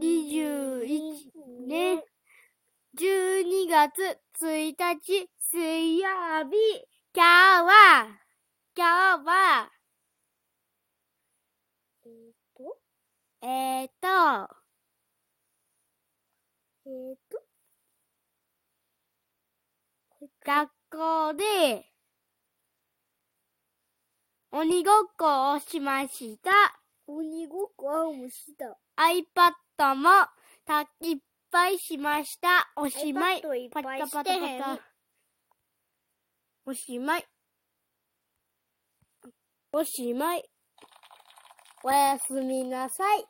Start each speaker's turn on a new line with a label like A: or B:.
A: 2021年12月1日水曜日、今日は、今日は、
B: えー、っと、
A: えーと、
B: えー、っと、
A: 学校で、鬼ごっこをしました。
B: 鬼ごっこはもした。
A: iPad も、たいっぱいしました。おしまい。
B: iPad いっぱ
A: パ
B: い
A: タパタ
B: してへん
A: パタ。おしまい。おしまい。おやすみなさい。